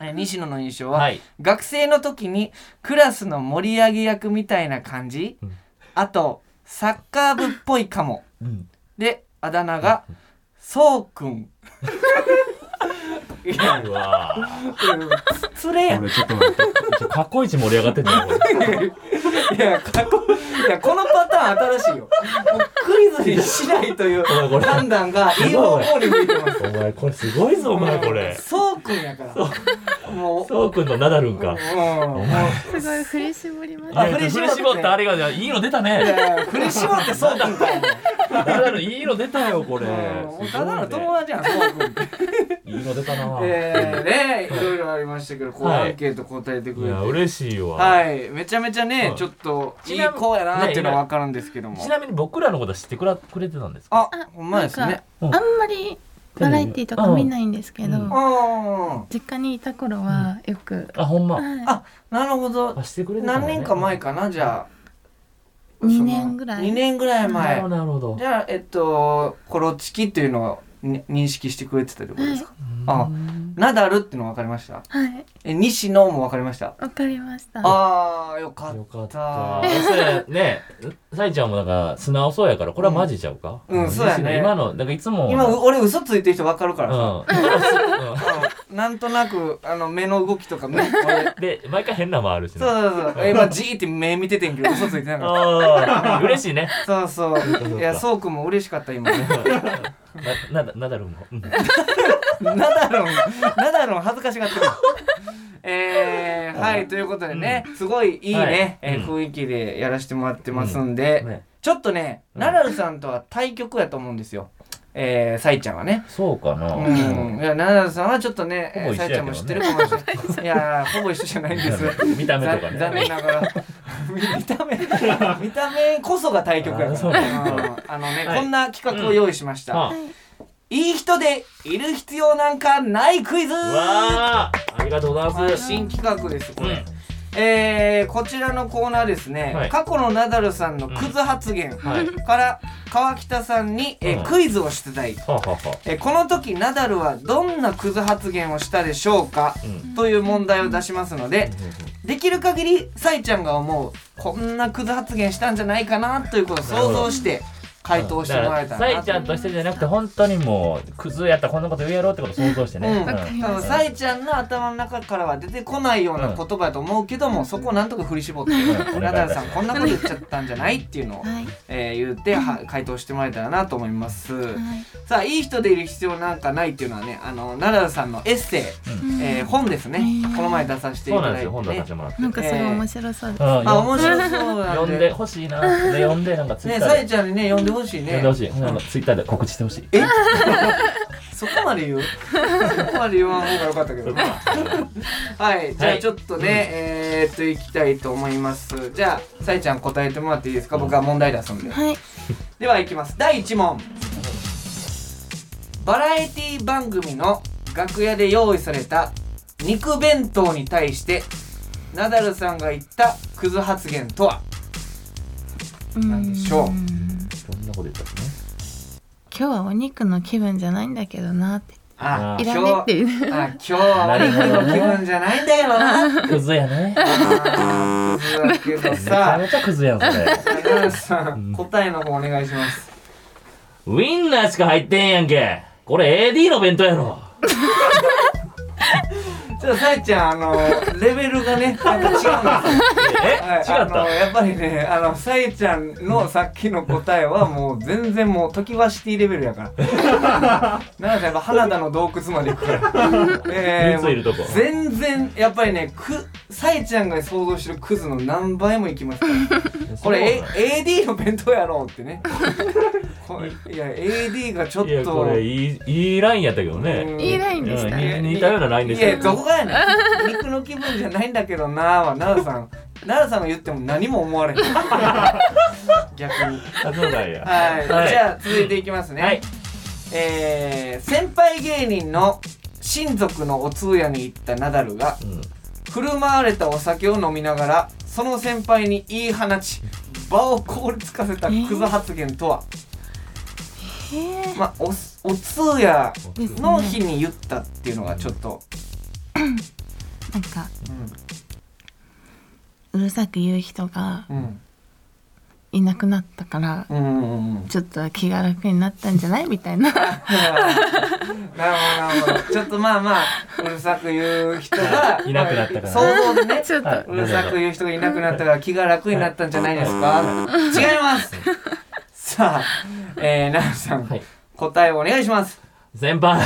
[SPEAKER 2] えー西野の印象は、
[SPEAKER 3] はい
[SPEAKER 2] 学生の時にクラスの盛り上げ役みたいな感じ、
[SPEAKER 3] うん
[SPEAKER 2] あとサッカー部っぽいかも
[SPEAKER 3] うん
[SPEAKER 2] であだ名がそうくんいや
[SPEAKER 3] うわー
[SPEAKER 2] それやん
[SPEAKER 3] 俺ちょっと待ってちょ過去一盛り上がってんじゃんこれ
[SPEAKER 2] いや過去いやこのパターン新しいよもうクイズにしないという
[SPEAKER 3] ごめんごめん
[SPEAKER 2] 判断がいい方向に向いてます
[SPEAKER 3] お前これすごいぞお前こ
[SPEAKER 2] もう
[SPEAKER 3] れ
[SPEAKER 2] そうくんやからもう
[SPEAKER 3] そうくんのナダルン
[SPEAKER 2] うん
[SPEAKER 3] か
[SPEAKER 2] もう
[SPEAKER 4] すごい振り絞りま
[SPEAKER 3] い
[SPEAKER 4] し
[SPEAKER 2] あ
[SPEAKER 3] や
[SPEAKER 4] た
[SPEAKER 3] 振
[SPEAKER 2] 振り絞っ
[SPEAKER 3] り
[SPEAKER 2] て
[SPEAKER 3] 絞ってあれがいいの出た
[SPEAKER 2] い
[SPEAKER 3] ね
[SPEAKER 2] やいや振り絞ってそうくんかよ
[SPEAKER 3] ナダルいいの出たよこれ
[SPEAKER 2] もう
[SPEAKER 3] す
[SPEAKER 2] ただ
[SPEAKER 3] ごい
[SPEAKER 2] の
[SPEAKER 3] ね
[SPEAKER 2] 友達やんそうくんって
[SPEAKER 3] いいの出たな
[SPEAKER 2] えーねいろいろありましたけどこう
[SPEAKER 3] は
[SPEAKER 2] ア
[SPEAKER 3] い
[SPEAKER 2] ンケート答えてく
[SPEAKER 3] い
[SPEAKER 2] れ
[SPEAKER 3] や
[SPEAKER 2] て
[SPEAKER 3] 嬉しいわ
[SPEAKER 2] はいめちゃめちゃね
[SPEAKER 3] うん
[SPEAKER 2] ちょっといい子やなっていうのは分かるんですけども
[SPEAKER 3] ちなみに僕らのことは知ってくらくれてたんですか
[SPEAKER 2] あほんまですね
[SPEAKER 4] あんまりバラエティーとか見ないんですけど、
[SPEAKER 3] うんうん
[SPEAKER 2] あ
[SPEAKER 4] 実家にいた頃はよく、
[SPEAKER 3] あほんま
[SPEAKER 4] はい
[SPEAKER 2] あなるほど
[SPEAKER 3] あしてくれてたの
[SPEAKER 2] 何
[SPEAKER 3] ね
[SPEAKER 2] 年か前かなじゃあ
[SPEAKER 4] 2年ぐらい
[SPEAKER 2] 2年ぐらい
[SPEAKER 3] なる
[SPEAKER 2] 前
[SPEAKER 3] ほどなるほど
[SPEAKER 2] じゃあえっとコロチキっていうのをに認識してくれてたってことですか、あ
[SPEAKER 3] うん
[SPEAKER 2] ナダルっての分かりました
[SPEAKER 4] はい。
[SPEAKER 2] え西野も分かりました
[SPEAKER 4] わかりました。
[SPEAKER 2] あーよか
[SPEAKER 3] よ
[SPEAKER 2] っ
[SPEAKER 3] かったた。それね、さいちゃんもだから素直そうやから、これはマジちゃうか。
[SPEAKER 2] うんうんそうやね
[SPEAKER 3] 今の、だからいつも。
[SPEAKER 2] 今う俺嘘ついてる人分かるか
[SPEAKER 3] う
[SPEAKER 2] らさ、
[SPEAKER 3] ん。うん
[SPEAKER 2] うんなんとなくあの目の動きと か目俺
[SPEAKER 3] で、毎回変なもあるし
[SPEAKER 2] そう
[SPEAKER 3] ね。
[SPEAKER 2] そうそう今じーって目見ててんけど嘘ついてなかっ
[SPEAKER 3] ああ、嬉しいね。
[SPEAKER 2] たそうそういやそうくんも嬉しかった今ね
[SPEAKER 3] な、な、ナダルも。うん
[SPEAKER 2] ナダロン、ナダロン恥ずかしがってる。えー、はい、ということでね、すごいいいね、
[SPEAKER 3] はい
[SPEAKER 2] えー
[SPEAKER 3] う
[SPEAKER 2] 雰囲気でやらせてもらってますんで、
[SPEAKER 3] ね
[SPEAKER 2] ちょっとね、
[SPEAKER 3] うん
[SPEAKER 2] ナダルさんとは対局やと思うんですよ。えー、サイちゃんはね。
[SPEAKER 3] そうかな。
[SPEAKER 2] うん、いや、ナダルさんはちょっとね、
[SPEAKER 3] ほぼ
[SPEAKER 2] えー
[SPEAKER 3] 一緒
[SPEAKER 2] サ
[SPEAKER 3] や
[SPEAKER 2] イ
[SPEAKER 3] け
[SPEAKER 2] ちゃ
[SPEAKER 3] ど
[SPEAKER 2] ん
[SPEAKER 3] ね
[SPEAKER 2] も知ってるかもしれな い。いやー、ほぼ一緒じゃないんです。
[SPEAKER 3] 見た目とか
[SPEAKER 2] ざ残
[SPEAKER 3] ね。
[SPEAKER 2] 念な がら見見た目見た目こそが対局や
[SPEAKER 3] あ
[SPEAKER 2] か
[SPEAKER 3] そう
[SPEAKER 2] ら
[SPEAKER 3] な
[SPEAKER 2] うん
[SPEAKER 3] んだ
[SPEAKER 2] あのね、
[SPEAKER 3] はい
[SPEAKER 2] こんな企画を用意しました、
[SPEAKER 3] あ
[SPEAKER 2] いい人でいる必要なんかないクイズ
[SPEAKER 3] わあ、ありがとうございます。
[SPEAKER 2] 新企画ですこ
[SPEAKER 3] う
[SPEAKER 2] れ
[SPEAKER 3] ん、
[SPEAKER 2] えー、こちらのコーナーですね、
[SPEAKER 3] はい
[SPEAKER 2] 過去のナダルさんのクズ発言
[SPEAKER 3] はい
[SPEAKER 2] から川北さんに、えー
[SPEAKER 3] うん
[SPEAKER 2] クイズを出題、
[SPEAKER 3] はあはあはあ
[SPEAKER 2] えーこの時ナダルはどんなクズ発言をしたでしょうか
[SPEAKER 3] うんうん
[SPEAKER 2] という問題を出しますので
[SPEAKER 3] うん
[SPEAKER 2] できる限りさいちゃんが思うこんなクズ発言したんじゃないかなということを想像して回答してもらえたら
[SPEAKER 3] だ
[SPEAKER 2] な
[SPEAKER 3] からさいちゃんとしてじゃなくて本当にもうクズやったらこんなこと言うやろうってことを想像してね、
[SPEAKER 2] うん
[SPEAKER 3] うん
[SPEAKER 4] わかり
[SPEAKER 2] 多分さいちゃんの頭の中からは出てこないような言葉だと思うけども、そこをなんとか振り絞って、
[SPEAKER 3] ん
[SPEAKER 2] ナダルさんこんなこと言っちゃったんじゃないっていうのを、
[SPEAKER 4] はい。
[SPEAKER 2] えー言っては回答してもらえたらなと思います、
[SPEAKER 4] はい。
[SPEAKER 2] さあいい人でいる必要なんかないっていうのはねあのナダルさんのエッセイ、えー本ですね、
[SPEAKER 4] うん
[SPEAKER 2] この前出させてい
[SPEAKER 3] そう
[SPEAKER 2] た
[SPEAKER 3] な
[SPEAKER 2] だ
[SPEAKER 3] んで
[SPEAKER 2] い
[SPEAKER 3] すよ本
[SPEAKER 2] て、
[SPEAKER 3] 出さ
[SPEAKER 2] ね
[SPEAKER 3] せて、もらって、
[SPEAKER 4] なんかすごい面白そうです。
[SPEAKER 3] うん
[SPEAKER 2] あ面白そうな
[SPEAKER 3] 読
[SPEAKER 2] んで
[SPEAKER 3] んでほしいなで読んでなんかツイ
[SPEAKER 2] ね
[SPEAKER 3] ッター
[SPEAKER 2] さ
[SPEAKER 3] で、
[SPEAKER 2] いちゃんにね呼んでほしい
[SPEAKER 3] 読
[SPEAKER 2] ね
[SPEAKER 3] んでほしい、なんかツイッターで告知してほしい
[SPEAKER 2] えそこまで言うそこまで言わん方がよかったけどはい、じゃあちょっとね、えーっといきたいと思います。じゃあ、さいちゃん答えてもらっていいですか僕は問題出すんで。
[SPEAKER 4] はい。
[SPEAKER 2] では、いきます。第1問。バラエティ番組の楽屋で用意された肉弁当に対して、ナダルさんが言ったクズ発言とは何でしょう
[SPEAKER 3] そんなこと言ったらね
[SPEAKER 4] 今日はお肉の気分じゃないんだけどなって。
[SPEAKER 2] あ
[SPEAKER 3] あ
[SPEAKER 4] い
[SPEAKER 2] 今
[SPEAKER 4] ら
[SPEAKER 2] 日
[SPEAKER 4] ねっ
[SPEAKER 2] は
[SPEAKER 4] ていう。
[SPEAKER 2] あ、今日はお肉の気分じゃないんだよな。
[SPEAKER 3] クズやね
[SPEAKER 2] あーだけど
[SPEAKER 3] めちゃ
[SPEAKER 2] さ、
[SPEAKER 3] めちゃクズやんそれ
[SPEAKER 2] ナダルさん、答えの方お願いします。
[SPEAKER 3] ウインナーしか入ってんやんけこれ AD の弁当やろ
[SPEAKER 2] ちょっとさえちゃん、あの、レベルが ね、なんか違うんですよ。
[SPEAKER 3] え
[SPEAKER 2] はい、
[SPEAKER 3] 違
[SPEAKER 2] あ
[SPEAKER 3] っ
[SPEAKER 2] の、
[SPEAKER 3] た
[SPEAKER 2] やっぱりね、あの、さえちゃんのさっきの答えは、もう全然もう、トキワシティレベルやから。 なので、やっぱ花田の洞窟まで行くから。え
[SPEAKER 3] 人数いるとこ
[SPEAKER 2] 全然、やっぱりね、く、さえちゃんが想像してるクズの何倍も行きますから。これ、A、AD の弁当やろうってね。これいや、AD がちょっ。
[SPEAKER 3] いやことれいいいいラインやったけど
[SPEAKER 2] う
[SPEAKER 3] ね
[SPEAKER 2] ん
[SPEAKER 4] いいラインでしたね。
[SPEAKER 3] 似似たようなラインでした
[SPEAKER 2] いやどこがやねん肉の気分じゃないんだけどなーは奈良さん奈良さんが言っても何も思われへん逆に
[SPEAKER 3] あそうなんや
[SPEAKER 2] はい、じゃあ続いていきますね、
[SPEAKER 3] はい
[SPEAKER 2] えー、先輩芸人の親族のお通夜に行ったナダルが
[SPEAKER 3] うん
[SPEAKER 2] 振る舞われたお酒を飲みながらその先輩に言い放ち場を凍りつかせたクズ発言とは、
[SPEAKER 4] へえ。
[SPEAKER 2] まあ、おお通夜の日に言ったっていうのがちょっと、
[SPEAKER 4] なんかうるさく言う人が
[SPEAKER 2] うんうん
[SPEAKER 4] いなくなったから、
[SPEAKER 2] うんうんうんうん
[SPEAKER 4] ちょっと気が楽になったんじゃないみたいな。
[SPEAKER 2] なるほどなるほどちょっとまあまあうるさく言う人が
[SPEAKER 3] いなくなったから
[SPEAKER 2] 想像でね
[SPEAKER 4] ちょっと。
[SPEAKER 3] はいう
[SPEAKER 2] るさく言う人がいなくなったから気が楽になったんじゃないですか違いますさあえー、奈良さん、
[SPEAKER 3] はい
[SPEAKER 2] 答えをお願いします
[SPEAKER 3] 先輩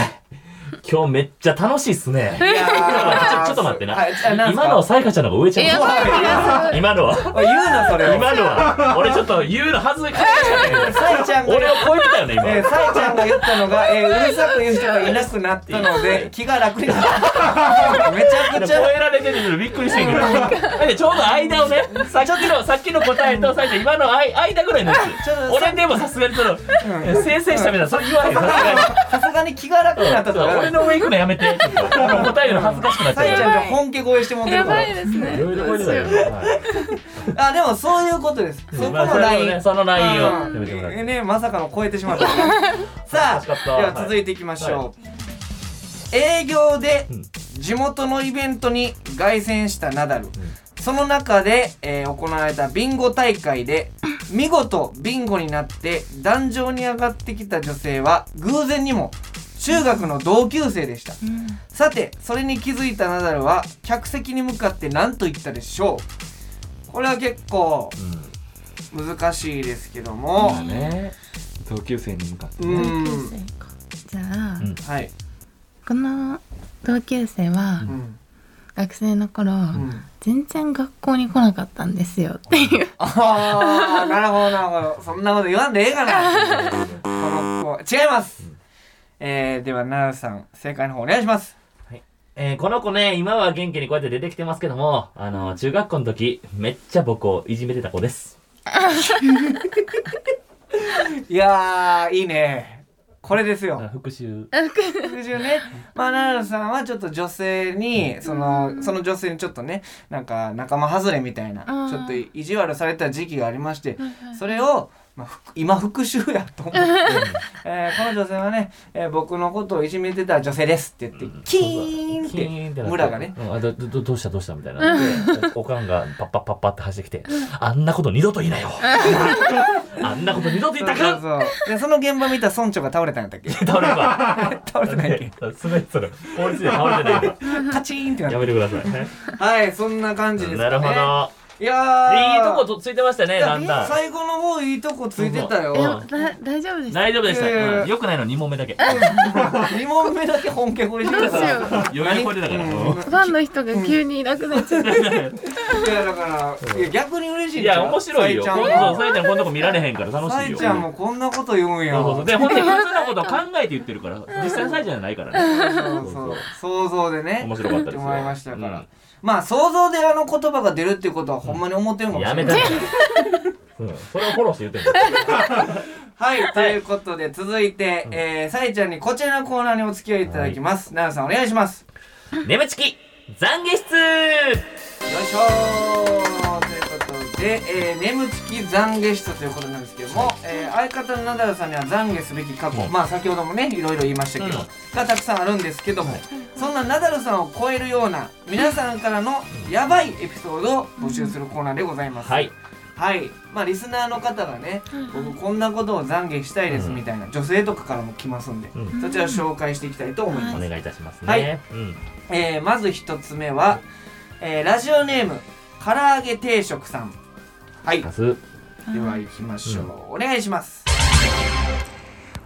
[SPEAKER 3] 今日めっちゃ楽しいっすね
[SPEAKER 2] いや
[SPEAKER 3] ちょ
[SPEAKER 2] ー
[SPEAKER 3] ちょっと待ってな
[SPEAKER 2] はいじゃあなんすか
[SPEAKER 3] 今のさやかちゃんの方が上ち
[SPEAKER 4] えや
[SPEAKER 3] ゃ
[SPEAKER 4] ばいや
[SPEAKER 3] う 今のは
[SPEAKER 2] おい言うなそれを
[SPEAKER 3] 今のは俺ちょっと言うの恥ずかしい
[SPEAKER 2] さえちゃんが
[SPEAKER 3] 俺を超えてたよね
[SPEAKER 2] えー、
[SPEAKER 3] 今
[SPEAKER 2] さえちゃんが言ったのが、えー、うるさく言う人がいなくなったので気が楽になっためちゃく
[SPEAKER 3] 超
[SPEAKER 2] ちゃ
[SPEAKER 3] えられてるのびっくりしてんけどだってちょうど間をねさっきのさっきの答えとさえちゃん今のあい間ぐらいなんです
[SPEAKER 2] ちょっとさ
[SPEAKER 3] 俺でもさすがにその生成したみたいなそれ言わへんさすがに
[SPEAKER 2] さすがに気が楽になったとか
[SPEAKER 3] 俺の上行くのやめてちょっと答えるの恥ずかしくなっち
[SPEAKER 2] さえちゃん
[SPEAKER 3] ゃ
[SPEAKER 2] が本家超えしても
[SPEAKER 4] ば
[SPEAKER 2] っ
[SPEAKER 4] い
[SPEAKER 2] てる
[SPEAKER 4] や
[SPEAKER 2] から
[SPEAKER 4] ばいです
[SPEAKER 3] う
[SPEAKER 4] ね。
[SPEAKER 3] いろいろ超えてたよはい
[SPEAKER 2] あでもそういうことです。そこ
[SPEAKER 3] まあ
[SPEAKER 2] のライン。
[SPEAKER 3] ねそのラインをや
[SPEAKER 2] うん
[SPEAKER 3] めてもらって
[SPEAKER 2] ねまさかの超えてしまった。さあで
[SPEAKER 3] 恥ずかしかった
[SPEAKER 2] は続いていきましょう。営業で
[SPEAKER 3] うん
[SPEAKER 2] 地元のイベントに凱旋したナダル、その中で、えー行われたビンゴ大会 で見事ビンゴになって壇上に上がってきた女性は偶然にも中学の同級生でしたさてそれに気づいたナダルは客席に向かって何と言ったでしょうこれは結構難しいですけども、
[SPEAKER 3] うんね
[SPEAKER 5] 同級生に向かって
[SPEAKER 2] う
[SPEAKER 5] ね、
[SPEAKER 4] 同級
[SPEAKER 2] ん
[SPEAKER 4] 生かじゃあ、
[SPEAKER 3] うん
[SPEAKER 2] はい、
[SPEAKER 4] この同級生は
[SPEAKER 2] う、ん
[SPEAKER 4] 学生の頃、
[SPEAKER 2] うん、
[SPEAKER 4] 全然学校に来なかったんですよっていう
[SPEAKER 2] ああ、なるほど、なるほど。そんなこと言わんでええかな。この子、違います。えー、では、奈良さん、正解の方お願いします。
[SPEAKER 3] えーこの子ね、今は元気にこうやって出てきてますけども、あの、中学校の時、めっちゃ僕をいじめてた子です。
[SPEAKER 2] いやー、いいね。これですよ。
[SPEAKER 3] 復讐。
[SPEAKER 2] 復讐ね。まあ、奈良さんはちょっと女性に、その、その女性にちょっとね、なんか仲間外れみたいな
[SPEAKER 4] う、ん
[SPEAKER 2] ちょっと意地悪された時期がありまして、それを、まあ、ふく今復讐やと思って、えーこの女性はね、えー僕のことをいじめてた女性ですって言って、キーンっ
[SPEAKER 3] キーンって
[SPEAKER 2] て、
[SPEAKER 3] なって
[SPEAKER 2] 村がね、
[SPEAKER 3] うんあどどどうしたどうしたみたいな。でおおかんがパッパッパッパって走ってきて、あんなこと二度と言いなよ。あんなこと二度と言った
[SPEAKER 2] そう
[SPEAKER 3] か。
[SPEAKER 2] そうでその現場見た村長が倒れたんやったっけ
[SPEAKER 3] 倒れれば。
[SPEAKER 2] 倒れてないっ け
[SPEAKER 3] すごいそれ。法律で倒れてないか
[SPEAKER 2] カチーンってな
[SPEAKER 3] ら。
[SPEAKER 2] っ
[SPEAKER 3] やめてくださ いね。
[SPEAKER 2] たはいそんな感じですか
[SPEAKER 3] な
[SPEAKER 2] ね
[SPEAKER 3] るほど。
[SPEAKER 2] いや
[SPEAKER 3] で
[SPEAKER 2] ー
[SPEAKER 3] いいとことついてましたね、
[SPEAKER 2] いや
[SPEAKER 3] だんだん。
[SPEAKER 2] 最後の方いいとこついてたよ
[SPEAKER 4] えで
[SPEAKER 3] う
[SPEAKER 4] も
[SPEAKER 3] ん
[SPEAKER 4] だ大丈夫でした
[SPEAKER 3] 大丈夫でした。
[SPEAKER 2] いやいやいや
[SPEAKER 3] うん良くないの二問目だけ。
[SPEAKER 2] 2問目だけ本気掘りしてたから
[SPEAKER 4] どうしよ
[SPEAKER 3] 余裕超えてたから。
[SPEAKER 2] 何
[SPEAKER 3] うん
[SPEAKER 4] ファンの人が急にいなくなっちゃった
[SPEAKER 2] いやだからいや逆に嬉しいん
[SPEAKER 3] い
[SPEAKER 2] ちゃう
[SPEAKER 3] や、面白いよ。
[SPEAKER 2] さ
[SPEAKER 3] そう、
[SPEAKER 2] ちゃん
[SPEAKER 3] さえちゃんこんなとこ見られへんから楽
[SPEAKER 2] さ
[SPEAKER 3] しい
[SPEAKER 2] え
[SPEAKER 3] よ。
[SPEAKER 2] ちゃんもこんなこと言うんや
[SPEAKER 3] そうそうそうで、本当に普通のことを考えて言ってるから、実際のサイじゃないから
[SPEAKER 2] そ
[SPEAKER 3] ね。
[SPEAKER 2] うそう想像でね
[SPEAKER 3] 面白かったです
[SPEAKER 2] 言
[SPEAKER 3] よ
[SPEAKER 2] ってもらいましたから、
[SPEAKER 3] うん
[SPEAKER 2] まあ想像であの言葉が出るってことはほんまに思ってるのかもし
[SPEAKER 3] や
[SPEAKER 2] れな
[SPEAKER 3] め
[SPEAKER 2] い
[SPEAKER 3] たら。うん、それをフォローして言ってる。
[SPEAKER 2] はい、ということで続いて、えー、さえちゃんにこちらのコーナーにお付き合いいただきます。奈良さんお願いします。
[SPEAKER 3] 眠ちき、懺悔室
[SPEAKER 2] よいしょーということで、えー、眠つき懺悔室ということなんですけども、えー、相方のナダルさんには懺悔すべき過去、
[SPEAKER 3] うん
[SPEAKER 2] まあ先ほどもね、いろいろ言いましたけど、
[SPEAKER 3] うん
[SPEAKER 2] がたくさんあるんですけども、そんなナダルさんを超えるような、皆さんからのやばいエピソードを募集するコーナーでございます。
[SPEAKER 3] はい。
[SPEAKER 2] はい、まあリスナーの方がね、僕こんなことを懺悔したいですみたいな、女性とかからも来ますんで、
[SPEAKER 3] うん
[SPEAKER 2] そちらを紹介していきたいと思います。
[SPEAKER 3] お願いいたしますね。
[SPEAKER 2] はい
[SPEAKER 3] うん。
[SPEAKER 2] えーまず一つ目は、えーラジオネーム唐揚げ定食さん。はい、で
[SPEAKER 3] 明日
[SPEAKER 2] は行きましょう。お願いします。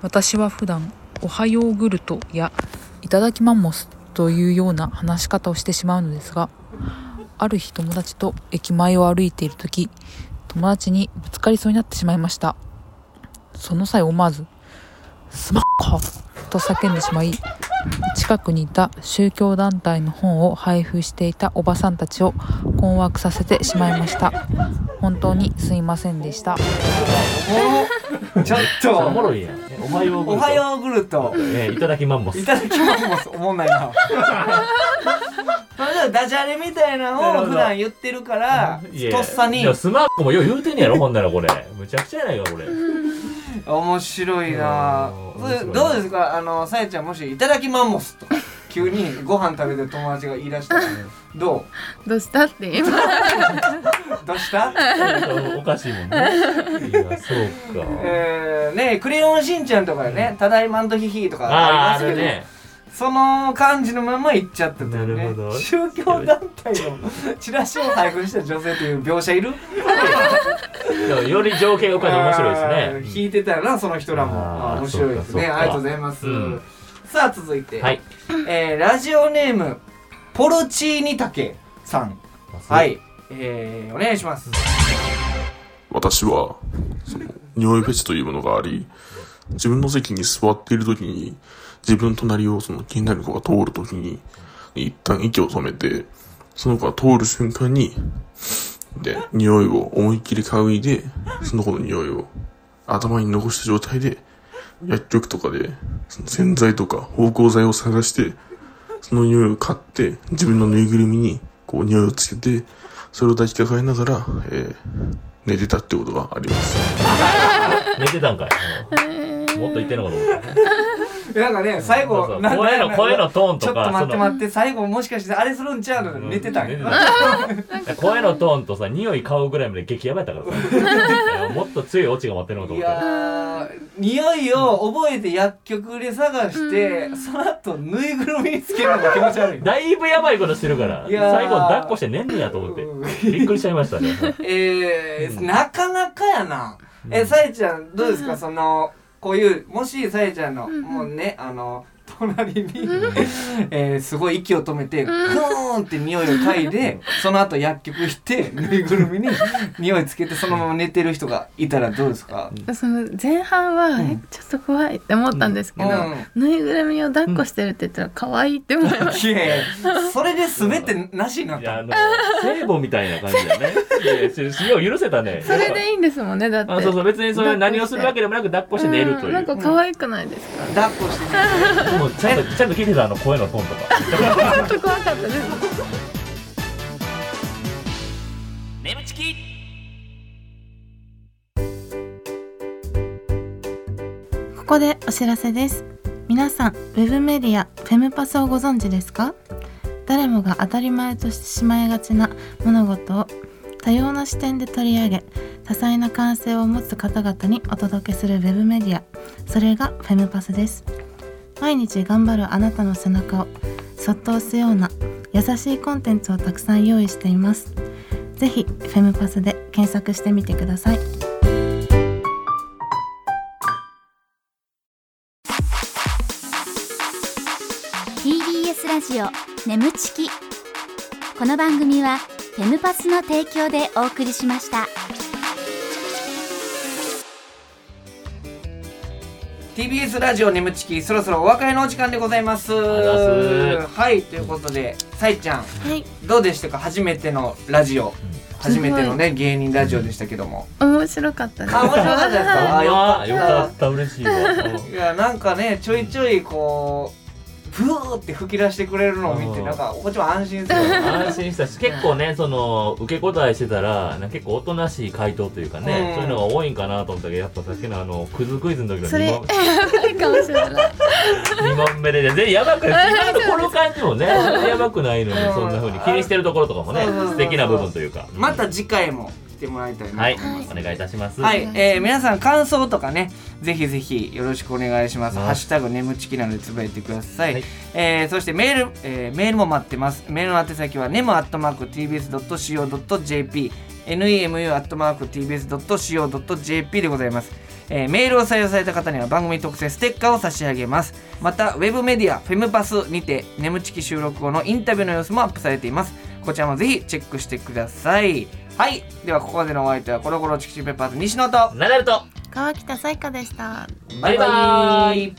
[SPEAKER 6] 私は普段おはようグルトやいただきマンモスというような話し方をしてしまうのですがある日友達と駅前を歩いている時友達にぶつかりそうになってしまいましたその際思わず「スマッカ!」と叫んでしまい近くにいた宗教団体の本を配布していたおばさんたちを困惑させてしまいました本当にすいませんでした
[SPEAKER 2] おお、 ちょっ
[SPEAKER 3] おも
[SPEAKER 2] と。
[SPEAKER 3] ろいやん。おはよう。
[SPEAKER 2] おはようグルト。
[SPEAKER 3] う。えー、いただきマンモス。
[SPEAKER 2] いただきます。おもんないな。それではダジャレみたいなのを普段言ってるから、
[SPEAKER 3] いや
[SPEAKER 2] とっさに
[SPEAKER 3] いや、スマートもよう言うてんねやろ、ほんならこれ。むちゃくちゃやないか、これ。
[SPEAKER 2] 面白いな
[SPEAKER 3] うん
[SPEAKER 2] そ
[SPEAKER 3] 面
[SPEAKER 2] れ
[SPEAKER 3] 白いね
[SPEAKER 2] どうですかあのさやちゃんもし「いただきマンモス」とか急にご飯食べてる友達が言い出 したらどう
[SPEAKER 4] どうしたって今
[SPEAKER 2] どうした
[SPEAKER 3] おかしいもんね。いや、そうか。
[SPEAKER 2] えーねクレヨンしんちゃんとかでね、ただいまんとひひとか
[SPEAKER 3] ああ、
[SPEAKER 2] あ
[SPEAKER 3] あ
[SPEAKER 2] りま
[SPEAKER 3] れ
[SPEAKER 2] すけど、
[SPEAKER 3] ね。
[SPEAKER 2] その感じのまま行っちゃったという
[SPEAKER 3] な
[SPEAKER 2] ね
[SPEAKER 3] るほど
[SPEAKER 2] 宗教団体 のチラシを配布した女性という描写いる
[SPEAKER 3] でもより情景が浮かんで面白い
[SPEAKER 2] あ
[SPEAKER 3] です
[SPEAKER 2] ー
[SPEAKER 3] ね。
[SPEAKER 2] 引いてたよなその人らも
[SPEAKER 3] あー
[SPEAKER 2] あー面白いですね
[SPEAKER 3] そうかそう
[SPEAKER 2] あ
[SPEAKER 3] か
[SPEAKER 2] りがとうございます、
[SPEAKER 3] うん
[SPEAKER 2] さあ続いて、
[SPEAKER 3] はい。
[SPEAKER 2] えーラジオネームポロチーニタケさんは。いえー、お願いします
[SPEAKER 7] 私は、その、匂いフェチというものがあり、自分の席に座っているときに、自分の隣をその気になる子が通るときに、一旦息を止めて、その子が通る瞬間に、で、匂いを思いっきり嗅いで、その子の匂いを頭に残した状態で、薬局とかで、その洗剤とか芳香剤を探して、その匂いを買って、自分のぬいぐるみに、こう匂いをつけて、それを抱きかかえながら、えー寝てたってことがあります。
[SPEAKER 3] 寝てたんかい。もっと言ってんのかと思った。
[SPEAKER 2] なんかね、最
[SPEAKER 3] そう
[SPEAKER 2] 後
[SPEAKER 3] そ、う
[SPEAKER 2] な
[SPEAKER 3] 声の
[SPEAKER 2] な
[SPEAKER 3] 声のトーン
[SPEAKER 2] ちょ
[SPEAKER 3] と
[SPEAKER 2] っと
[SPEAKER 3] か
[SPEAKER 2] 待って
[SPEAKER 3] その
[SPEAKER 2] 待って、最後もしかしてあれするんちゃうの寝てたんや。
[SPEAKER 3] うん声のトーンとさ匂い顔ぐらいまで激ヤバやった からさもっと強いオチが待ってるのかと
[SPEAKER 2] い
[SPEAKER 3] 思った
[SPEAKER 2] やー匂いを覚えて薬局で探して、その後ぬいぐるみにつけるのが気持ち 悪い。
[SPEAKER 3] だいぶやばいことしてるから
[SPEAKER 2] いやー
[SPEAKER 3] 最後抱っこして寝んねんやと思ってびっくりしちゃいましたね
[SPEAKER 2] えー、なかなかやな。え、さえちゃん、どうですか、その、こういう、もしさえちゃんの、もうね、あの、隣に、 えー、すごい息を止めて、グーンって匂いを嗅い で、その後薬局行って、ぬいぐるみに匂いつけて、そのまま寝てる人がいたらどうですか
[SPEAKER 4] その前半は、えちょっと怖いって思ったんですけど、
[SPEAKER 2] う
[SPEAKER 4] ぬいぐるみを抱っこしてるって言ったら可愛いって思いまし
[SPEAKER 2] いやいや、それで全てなしになっ
[SPEAKER 3] い
[SPEAKER 2] た
[SPEAKER 3] やあ。の聖母みたいな感じだねいやいやししよう許せたね
[SPEAKER 4] た、それでいいんですもんねだって
[SPEAKER 3] あそうそう別にそれは何をするわけでもなく抱っこして寝るとい
[SPEAKER 4] うん
[SPEAKER 3] う
[SPEAKER 4] なんか可愛くないですか、
[SPEAKER 2] 抱っこしてね
[SPEAKER 3] もうちゃんとちゃんと聞いてたあの声のトーンとか
[SPEAKER 4] ちょっと怖かったですここでお知らせです皆さんウェブメディアフェムパスをご存知ですか誰もが当たり前としてしまいがちな物事を多様な視点で取り上げ多彩な感性を持つ方々にお届けするウェブメディアそれがフェムパスです毎日頑張るあなたの背中をそっと押すような優しいコンテンツをたくさん用意していますぜひフェムパスで検索してみてください
[SPEAKER 1] ー TBS ラジオ眠ちきこの番組はフェムパスの提供でお送りしました。
[SPEAKER 2] TBS ラジオ眠ちきそろそろお別れのお時間でございます
[SPEAKER 3] りがとうございま
[SPEAKER 2] はいということでさいちゃん
[SPEAKER 4] はい
[SPEAKER 2] どうでしたか初めてのラジオ初めてのね芸人ラジオでしたけども
[SPEAKER 4] 面白かったです
[SPEAKER 2] あ面白かったですかあよか
[SPEAKER 3] あ
[SPEAKER 2] っ
[SPEAKER 3] よかった嬉しいわ
[SPEAKER 2] いやなんかねちょいちょいこうふーって吹き出してくれるのを見て
[SPEAKER 3] うん
[SPEAKER 2] なんかこっちも安心 する
[SPEAKER 3] 安心したし結構ねその受け答えしてたらなんか結構おとなしい回答というかね、
[SPEAKER 2] うん
[SPEAKER 3] そういうのが多いんかなと思ったけどやっぱさっきのあのクズクイズの時の
[SPEAKER 4] それ
[SPEAKER 3] 2
[SPEAKER 4] や
[SPEAKER 3] 問
[SPEAKER 4] ばいかもしれない
[SPEAKER 3] 二問目でね全然やばくない今のこの感じもねそんなやばくないのに
[SPEAKER 2] うん
[SPEAKER 3] そんな風に気にしてるところとかもね
[SPEAKER 2] そうそうそう
[SPEAKER 3] 素敵な部分というか
[SPEAKER 2] また次回も来てもらいたいな
[SPEAKER 3] はい
[SPEAKER 2] と思います
[SPEAKER 3] お願いいたします
[SPEAKER 2] はい
[SPEAKER 4] お願いし、ます
[SPEAKER 2] えー皆さん感想とかね、ぜひぜひよろしくお願いします。
[SPEAKER 3] はい
[SPEAKER 2] ハッシュタグ眠ちきなのでつぶやいてください。
[SPEAKER 3] はい
[SPEAKER 2] えーそしてメール、えーメールも待ってます。メールの宛先は nemu.tbs.co.jp nemu.tbs.co.jp でございます。えーメールを採用された方には番組特製ステッカーを差し上げますまたウェブメディアフェムパスにて眠ちき収録後のインタビューの様子もアップされていますこちらもぜひチェックしてくださいはいではここまでのお相手はコロコロチキチキペッパーズ西野と
[SPEAKER 3] ナダルと
[SPEAKER 4] 川北彩花でした
[SPEAKER 3] バイバーイ
[SPEAKER 2] イ